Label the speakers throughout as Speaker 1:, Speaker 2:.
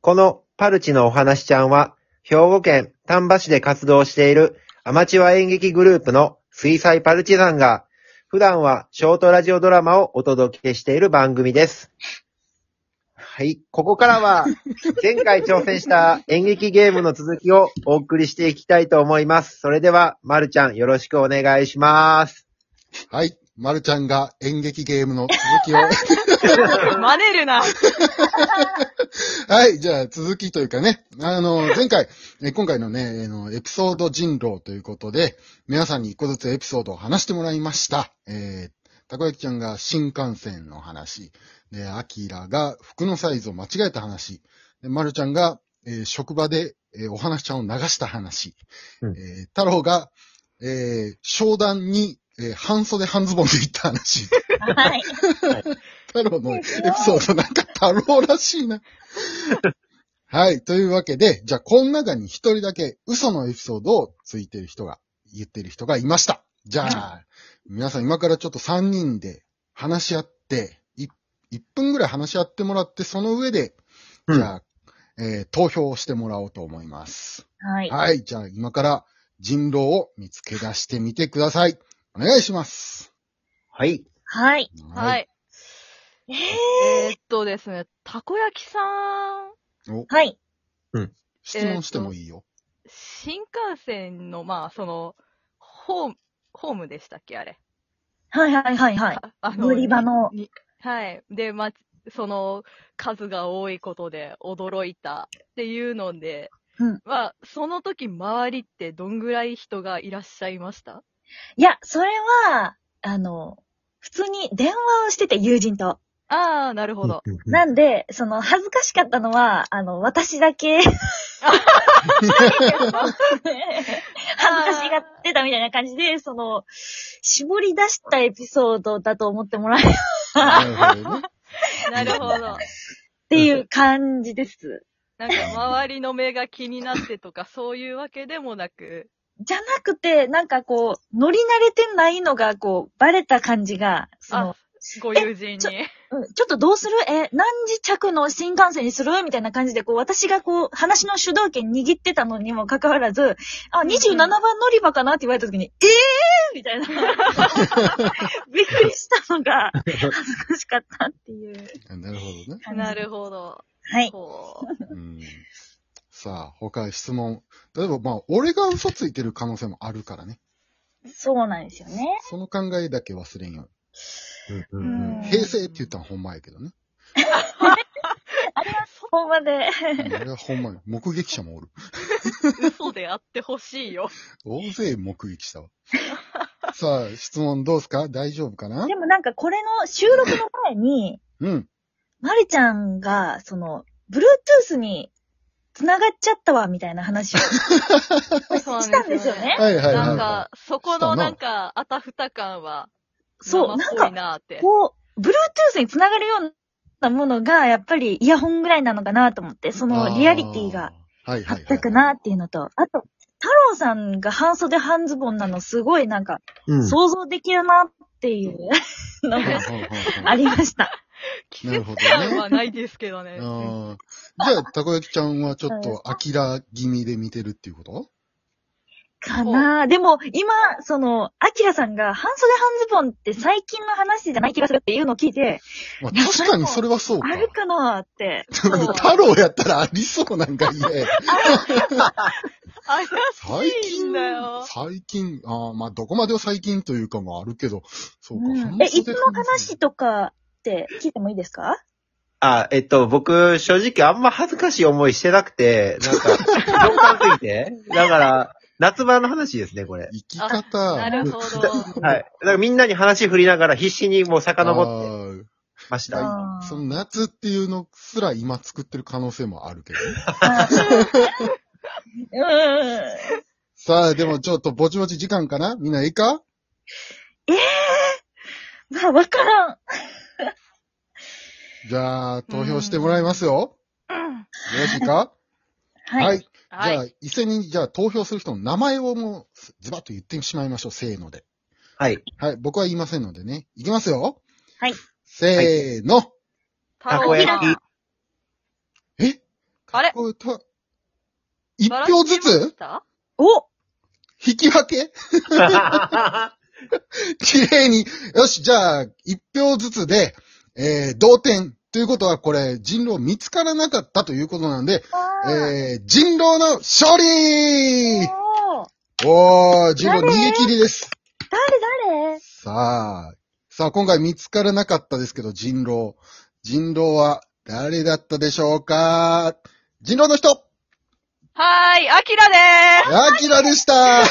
Speaker 1: このパルチのお話ちゃんは、兵庫県丹波市で活動しているアマチュア演劇グループの水彩パルチザンが、普段はショートラジオドラマをお届けしている番組です。はい、ここからは、 前回挑戦した演劇ゲームの続きをお送りしていきたいと思います。それでは、まるちゃんよろしくお願いします。
Speaker 2: はい。まるちゃんが演劇ゲームの続きを。
Speaker 3: 真似るな。
Speaker 2: はい。じゃあ、続きというかね。あの、前回、え今回のね、えのエピソード人狼ということで、皆さんに一個ずつエピソードを話してもらいました。えー、たこ焼きちゃんが新幹線の話。で、アキラが服のサイズを間違えた話。で、まるちゃんが、えー職場で、えーお話ちゃんを流した話。
Speaker 1: うん
Speaker 2: えー太郎が、えー商談に、えー半袖半ズボンで行った話。
Speaker 3: はい。
Speaker 2: 太郎のエピソードなんか太郎らし いな。はい。というわけで、じゃあ、この中に一人だけ嘘のエピソードをついてる人が、言ってる人がいました。じゃあ、皆さん今からちょっと3人で話し合って、1, 分ぐらい話し合ってもらって、その上で、じゃあ、えー投票をしてもらおうと思います。
Speaker 3: はい。
Speaker 2: はい。じゃあ、今から人狼を見つけ出してみてください。お願いします。
Speaker 1: はい。
Speaker 3: はい。は。い。え
Speaker 4: えーっとですね、たこ焼きさん、
Speaker 2: お、
Speaker 3: はい。
Speaker 2: 質問してもいいよ。
Speaker 4: 新幹線の、まあ、その、ホーム、ホームでしたっけあれ。
Speaker 3: はいはいはいはい。
Speaker 4: ああ
Speaker 3: 乗り場の
Speaker 4: にはい。で、まあ、その、数が多いことで驚いたっていうので、
Speaker 3: うん
Speaker 4: まあ、その時周りってどんぐらい人がいらっしゃいました
Speaker 3: いや、それは、あの、普通に電話をしてて、友人と。
Speaker 4: ああ、なるほ ど。
Speaker 3: なんで、その、恥ずかしかったのは、あの、私だ け、 恥ずかしがってたみたいな感じで、その、絞り出したエピソードだと思ってもらえるっ
Speaker 2: なるほどね。
Speaker 4: なる ほど。
Speaker 3: ていう感じです。
Speaker 4: なんか、周りの目が気になってとか、そういうわけでもなく、
Speaker 3: じゃなくて、なんかこう、乗り慣れてないのが、こう、バレた感じが、その
Speaker 4: あ、、ご友人
Speaker 3: ちょ
Speaker 4: に。
Speaker 3: うんちょっとどうするえ、何時着の新幹線にするみたいな感じで、こう、私がこう、話の主導権握ってたのにもかかわらず、あ、
Speaker 4: うんうん
Speaker 3: 27番乗り場かなって言われた時に、えーみた いな。びっくりしたのが、恥ずかしかったっていう
Speaker 2: なるほどね。
Speaker 3: 感じ。
Speaker 4: なるほど。
Speaker 3: はい。
Speaker 4: こう
Speaker 2: うん、さあ、他質問。例えば、まあ、俺が嘘ついてる可能性もあるからね。
Speaker 3: そうなんですよね。
Speaker 2: その考えだけ忘れんよ
Speaker 1: うん
Speaker 3: う
Speaker 1: うんうん
Speaker 2: うに。
Speaker 3: ん
Speaker 2: 平成って言ったらほんまやけどね。
Speaker 3: ほんまで。
Speaker 2: うん俺はほんまや。目撃者もおる。
Speaker 4: 嘘であってほしいよ。
Speaker 2: 大勢目撃したわ。さあ、質問どうすか大丈夫かな
Speaker 3: でもなんかこれの収録の前に、
Speaker 2: うん。
Speaker 3: まるちゃんが、その、Bluetooth に繋がっちゃったわ、みたい な話をしたんですよね。
Speaker 2: はいはいはい
Speaker 4: なん
Speaker 2: は
Speaker 4: か、そこのなんか、あたふた感は、
Speaker 3: そ
Speaker 4: 生
Speaker 3: う、な
Speaker 4: っ
Speaker 3: ん
Speaker 4: ぽ
Speaker 3: か
Speaker 4: い、なって。
Speaker 3: こう、Bluetooth につながるようなものが、やっぱりイヤホンぐらいなのかなと思って、そ
Speaker 2: い。
Speaker 3: のリアリティが
Speaker 2: あー。はい
Speaker 3: あ
Speaker 2: はい、
Speaker 3: ったか
Speaker 2: は。
Speaker 3: ないっていうのと、あと、太郎さんが半袖半ズボンなのすごいなんか、
Speaker 1: うん
Speaker 3: 想像できるなっていうの
Speaker 2: はいは
Speaker 3: が
Speaker 2: いはい
Speaker 3: あ
Speaker 2: はい
Speaker 3: りました。
Speaker 4: 季
Speaker 2: なる
Speaker 4: 節
Speaker 2: ほど
Speaker 4: 感
Speaker 2: ね。
Speaker 4: はないですけどね。
Speaker 2: あーじゃあ、たこ焼きちゃんはちょっと、アキラ気味で見てるっていうこと
Speaker 3: かなでも、今、その、アキラさんが半袖半ズボンって最近の話じゃない気がするっていうのを聞いて、
Speaker 2: まあ、確かにそれはそうか。
Speaker 3: あるかなって。
Speaker 4: そう
Speaker 2: 太郎やったらありそうなんか言え。
Speaker 4: 怪
Speaker 2: 最
Speaker 4: しい
Speaker 2: 近
Speaker 4: んだよ。
Speaker 2: 最近、ああ、まあ、どこまでを最近というかもあるけど、そうか。
Speaker 3: うんえ、いつの話とかって聞いてもいいですか
Speaker 1: あ、えっと、僕、正直あんま恥ずかしい思いしてなくて、なん か、鈍感すぎて。だから、夏場の話ですね、これ。
Speaker 2: 生き方。
Speaker 4: なるほど。
Speaker 1: はい。だからみんなに話振りながら必死にもう遡って
Speaker 2: って。
Speaker 1: まし
Speaker 2: あ
Speaker 1: た。
Speaker 2: ーその夏っていうのすら今作ってる可能性もあるけどね。
Speaker 3: あうんうん。
Speaker 2: さあ、でもちょっとぼちぼち時間かなみんないいか
Speaker 3: まあ、わからん。
Speaker 2: じゃあ、投票してもらいますよ。よろしいか
Speaker 3: は
Speaker 2: は
Speaker 3: い。
Speaker 2: い。じ
Speaker 4: は
Speaker 2: ゃあ
Speaker 4: い。、
Speaker 2: 一斉に、じゃあ投票する人の名前をもう、ズバッと言ってしまいましょう。せーので。
Speaker 1: はい。
Speaker 2: はい、僕は言いませんのでね。いきますよ。
Speaker 3: はい。
Speaker 2: せーの。
Speaker 4: た
Speaker 1: こ焼き
Speaker 4: さん
Speaker 2: え
Speaker 4: あれ
Speaker 2: こうた一票ず
Speaker 4: バラ
Speaker 2: つ
Speaker 4: しま
Speaker 3: お
Speaker 2: 引き分け 綺麗に。よし、じゃあ、一票ずつで、えー、同点。ということは、これ、人狼見つからなかったということなんで、
Speaker 3: あ
Speaker 2: えー、人狼の勝利
Speaker 3: ーおー
Speaker 2: おー、人狼逃げ切りです。
Speaker 3: 誰
Speaker 2: さあ、さあ、今回見つからなかったですけど、人狼。人狼は誰だったでしょうか人狼の人
Speaker 4: はーい、アキラでーす
Speaker 2: アキラでしたあ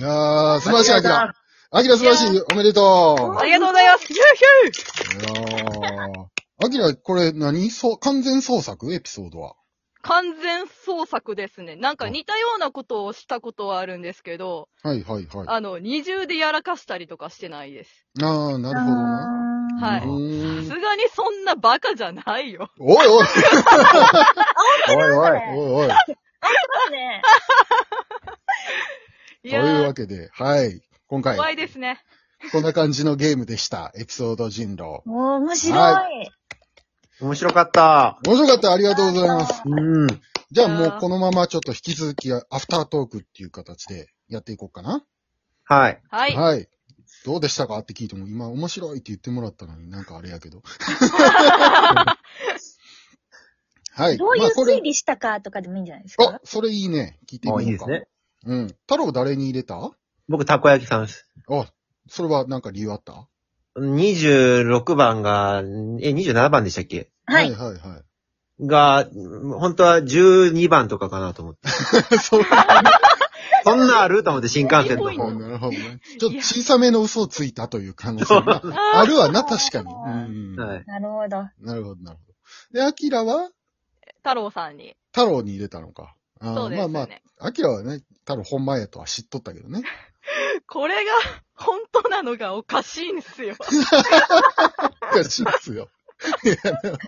Speaker 1: あ
Speaker 2: ー、素
Speaker 1: 素
Speaker 2: 晴らしい、アキラ。。アキラ素晴らしい、おめでと
Speaker 4: ありがとうございますヒューヒュ
Speaker 2: う。い
Speaker 4: ー
Speaker 2: やーアキラ、これ何そう、完全創作エピソードは。
Speaker 4: 完全創作ですね。なんか似たようなことをしたことはあるんですけど、
Speaker 2: はいはいはい。あ
Speaker 4: あの、二重でやらかしたりとかしてないです。
Speaker 2: ー、なるほどな。
Speaker 3: あー
Speaker 4: はいう
Speaker 2: ー
Speaker 4: さ
Speaker 2: ん
Speaker 4: すがにそんなバカじゃない よ。
Speaker 2: おいお
Speaker 1: おいお
Speaker 2: い、
Speaker 1: い。
Speaker 2: おいおい。
Speaker 3: そうだね。
Speaker 4: い
Speaker 2: と
Speaker 4: や
Speaker 2: いう
Speaker 4: ー
Speaker 2: わ、けで、はい。今回、
Speaker 4: 怖いですね。
Speaker 2: こんな感じのゲームでした。エピソード人狼。
Speaker 3: もう面
Speaker 2: は
Speaker 3: 白い。
Speaker 1: 面白かった。
Speaker 2: 面白かった。ありがとうございます。
Speaker 1: うん。
Speaker 2: じゃあもうこのままちょっと引き続きアフタートークっていう形でやっていこうかな。
Speaker 1: はい。
Speaker 4: はい。
Speaker 2: はい。どうでしたかって聞いても今面白いって言ってもらったのになんかあれやけど。はい。
Speaker 3: どうい
Speaker 2: まあ
Speaker 3: う
Speaker 2: こ
Speaker 3: 推
Speaker 2: れ、
Speaker 3: 理したかとかでもいいんじゃないです
Speaker 2: あ
Speaker 3: か、
Speaker 2: それいいね。聞いてみ
Speaker 1: も
Speaker 2: ようか。
Speaker 1: ういいですね。
Speaker 2: うん。太郎誰に入れた
Speaker 1: 僕、たこ焼きさんです。
Speaker 2: あ、それはなんか理由あった
Speaker 1: 26番が、え、27番でしたっけ
Speaker 3: はい。
Speaker 2: はいはいは
Speaker 1: が、本当は12番とかかなと思って。
Speaker 2: い。 そう
Speaker 1: そんなあると思って、新幹線
Speaker 4: 多
Speaker 1: と
Speaker 4: い
Speaker 1: か
Speaker 4: の。
Speaker 2: なるほどね。ちょっと小さめの嘘をついたという可能性が
Speaker 4: あ
Speaker 2: あるわな、確かに。うん。
Speaker 1: はい。
Speaker 3: なるほど。
Speaker 2: なるほど、なるほど。で、アキラは
Speaker 4: 太郎さんに。
Speaker 2: 太郎に入れたのか。あー
Speaker 4: そうです
Speaker 2: まあ
Speaker 4: よ
Speaker 2: まあ、
Speaker 4: ね。
Speaker 2: アキラはね、太郎本前やとは知っとったけどね。
Speaker 4: これが、本当なのがおかしいんですよ。
Speaker 2: いや、知っすよ。いや、でも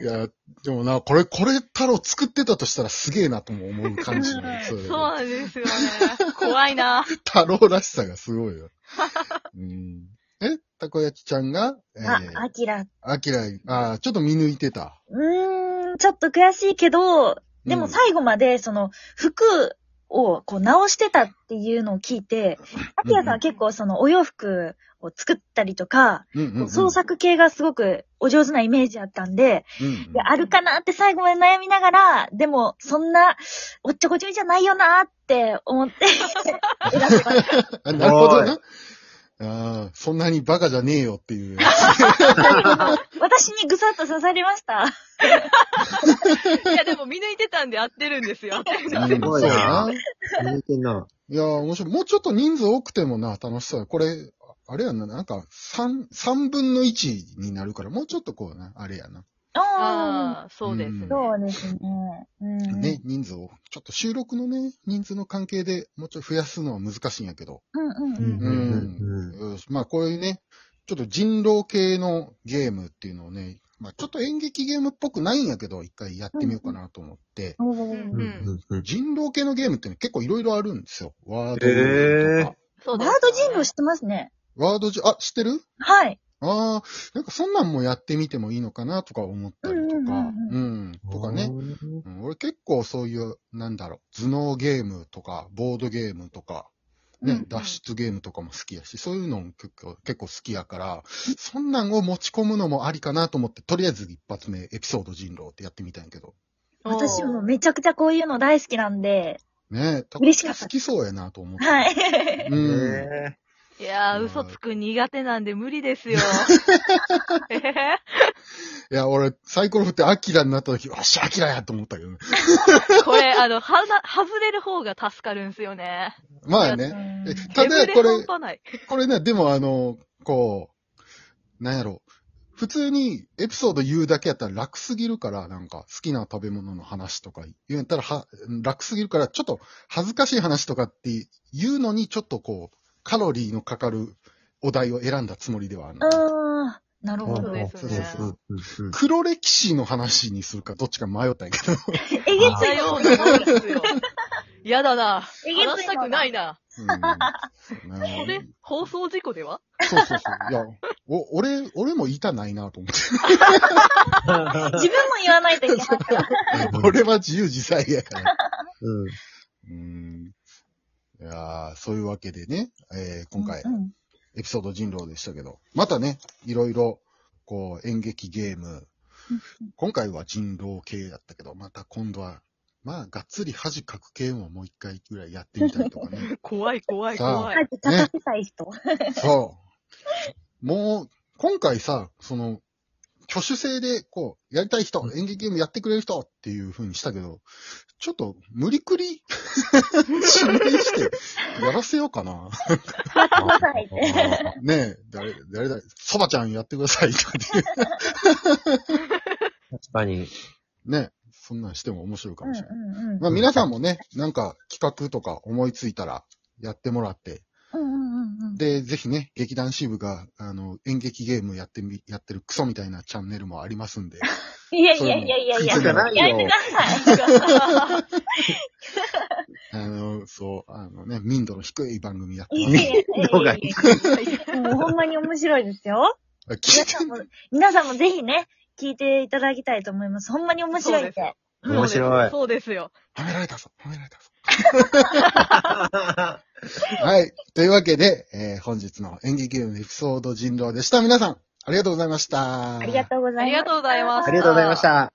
Speaker 2: いやでもな、これ、これ太郎作ってたとしたらすげえなとも思う感じの
Speaker 3: うん
Speaker 2: そう
Speaker 4: そうなんですよね。怖いな。
Speaker 2: 太郎らしさがすごいよ。うん、え、たこ焼きちゃんが、え
Speaker 3: あ
Speaker 2: ー、、
Speaker 3: アキラ。
Speaker 2: アキラ、あーちょっと見抜いてた。
Speaker 3: うーん、ちょっと悔しいけど、でも最後まで、その、服をこう直してたっていうのを聞いて、アキラさんは結構そのお洋服を作ったりとか、
Speaker 2: うん、うんうんうん、
Speaker 3: 創作系がすごくお上手なイメージあったんで、
Speaker 2: うんうん
Speaker 3: であるかなって最後まで悩みながら、でもそんなおっちょこちょいじゃないよなって思って、
Speaker 2: あなるほどな。ああ、そんなにバカじゃねえよっていう。
Speaker 3: 私にぐさっと刺されました。
Speaker 4: いや、でも見抜いてたんで合ってるんですよ。合ってるんですよ
Speaker 1: すごいな
Speaker 2: うんそうやな。
Speaker 1: 似てんな。
Speaker 2: いやー、面白い。もうちょっと人数多くてもな、楽しそうや。これ、あれやな、なんか、三、三分の一になるから、もうちょっとこうな、あれやな。
Speaker 3: うん。
Speaker 4: ああ、そうですね。
Speaker 3: そうですね。うん。
Speaker 2: ね、人数を。ちょっと収録のね、人数の関係でもうちょっと増やすのは難しいんやけど。
Speaker 3: うんうんう
Speaker 1: うん
Speaker 3: ん。
Speaker 1: うん
Speaker 2: よしまあ、こういうね、ちょっと人狼系のゲームっていうのをね、まあ、ちょっと演劇ゲームっぽくないんやけど、一回やってみようかなと思って。
Speaker 3: お
Speaker 4: うん
Speaker 3: ー
Speaker 1: うんうん
Speaker 2: 人狼系のゲームってね、結構いろいろあるんですよ。ワード
Speaker 1: へ
Speaker 2: ル
Speaker 1: ー
Speaker 2: とか。
Speaker 4: そ
Speaker 3: ワ
Speaker 4: う
Speaker 3: ー
Speaker 4: です
Speaker 3: ド人狼知ってますね。
Speaker 2: ワードじ、あ、知ってる
Speaker 3: はい。
Speaker 2: ああ、なんかそんなんもやってみてもいいのかなとか思ったりとか、う
Speaker 3: うんんうん
Speaker 2: とかね、。うん俺結構そういう、なんだろう、頭脳ゲームとか、ボードゲームとか、ね、
Speaker 3: うんうん
Speaker 2: 脱出ゲームとかも好きやし、そういうのも結構結構好きやから、そんなんを持ち込むのもありかなと思って、とりあえず一発目、エピソード人狼ってやってみたんやけど、
Speaker 3: 私もめちゃくちゃこういうの大好きなんで、
Speaker 2: ねえ、た
Speaker 3: 嬉しかった
Speaker 2: 好きそうやなと思って。
Speaker 3: はい。
Speaker 2: うん。
Speaker 4: いやー、嘘つく苦手なんで無理で すよ。えへへ
Speaker 2: いや、俺、サイコロ振ってアキラになった時、よっしゃ、アキラやと思ったけどね。
Speaker 4: これ、あの、はな、外れる方が助かるんすよね。
Speaker 2: まあ
Speaker 3: う
Speaker 2: ね。
Speaker 3: ん
Speaker 2: えた
Speaker 4: 手ぶ
Speaker 2: だ、
Speaker 4: れ
Speaker 2: これ
Speaker 4: 半、端ない。
Speaker 2: これね、でもあの、こう、なんやろ。普通にエピソード言うだけやったら楽すぎるから、なんか好きな食べ物の話とか言うんやったらは、楽すぎるから、ちょっと恥ずかしい話とかって言うのに、ちょっとこう、カロリーのかかるお題を選んだつもりではあるの。
Speaker 3: うーん。なるほ
Speaker 4: そ
Speaker 3: ど
Speaker 4: う。ですね
Speaker 2: 黒歴史の話にするかどっちか迷ったんやけど。
Speaker 3: えげつい
Speaker 4: 似たようなもんですよ。やだな。
Speaker 3: えげつい
Speaker 4: 話したくないな。
Speaker 2: うん、
Speaker 4: これ、放送事故では
Speaker 2: そうそうそう。いや、お、俺、俺も板ないなと思って。
Speaker 3: 自分も言わないといけないから。
Speaker 2: 俺は自由自在やから。
Speaker 1: うん。
Speaker 2: うーん。いやーそういうわけでね、えー今回
Speaker 3: う、ん
Speaker 2: エピソード人狼でしたけど、またね、いろいろ、こう、演劇ゲーム
Speaker 3: うん、
Speaker 2: 今回は人狼系だったけど、また今度は、まあ、がっつり恥かく系ももう一回ぐらいやってみたいとかね。
Speaker 4: 怖い怖い
Speaker 2: さあ
Speaker 4: 怖
Speaker 3: 家
Speaker 4: い。
Speaker 3: 事片付けたい人。
Speaker 2: そう。もう、今回さ、その、挙手制で、こう、やりたい人、演劇ゲームやってくれる人っていう風にしたけど、ちょっと、無理くり、 指名して、やらせようかな。
Speaker 3: く ださいって
Speaker 1: あ
Speaker 2: ねえ、誰、誰だ、そばちゃんやってくださいとかっていう。
Speaker 1: ー確かに。
Speaker 2: ねえ、そんなんしても面白いか
Speaker 3: うん
Speaker 2: もしれない。
Speaker 3: うんうん
Speaker 2: まあ皆さんもね、なんか企画とか思いついたら、やってもらって、
Speaker 3: うんうんうんうん。
Speaker 2: で、ぜひね、劇団支部が、あの、演劇ゲームやってみ、やってるクソみたいなチャンネルもありますんで。
Speaker 3: いやいやいやいやいや。
Speaker 2: そういうの
Speaker 1: 聞いてないよ
Speaker 3: やめてください。
Speaker 2: あの、そう、あのね、民度の低い番組やって
Speaker 3: い
Speaker 2: ま
Speaker 3: やいやいや
Speaker 1: 動画
Speaker 3: いやもうほんまに面白いですよ。
Speaker 2: す。
Speaker 3: 皆
Speaker 2: 聞いて
Speaker 3: さんも、 皆さんもぜひね、聞いていただきたいと思います。ほんまに面白い
Speaker 4: そう
Speaker 3: んで。
Speaker 4: そう
Speaker 1: 面白い
Speaker 4: ですそうですよ。
Speaker 2: 褒められたぞ、褒められたぞ。 はい。というわけで、えー本日の演劇ゲームのエピソード人狼でした。皆さん、ありがとうございました。
Speaker 3: ありがとうございます。
Speaker 4: ありがとうございます
Speaker 1: ありがとうございました。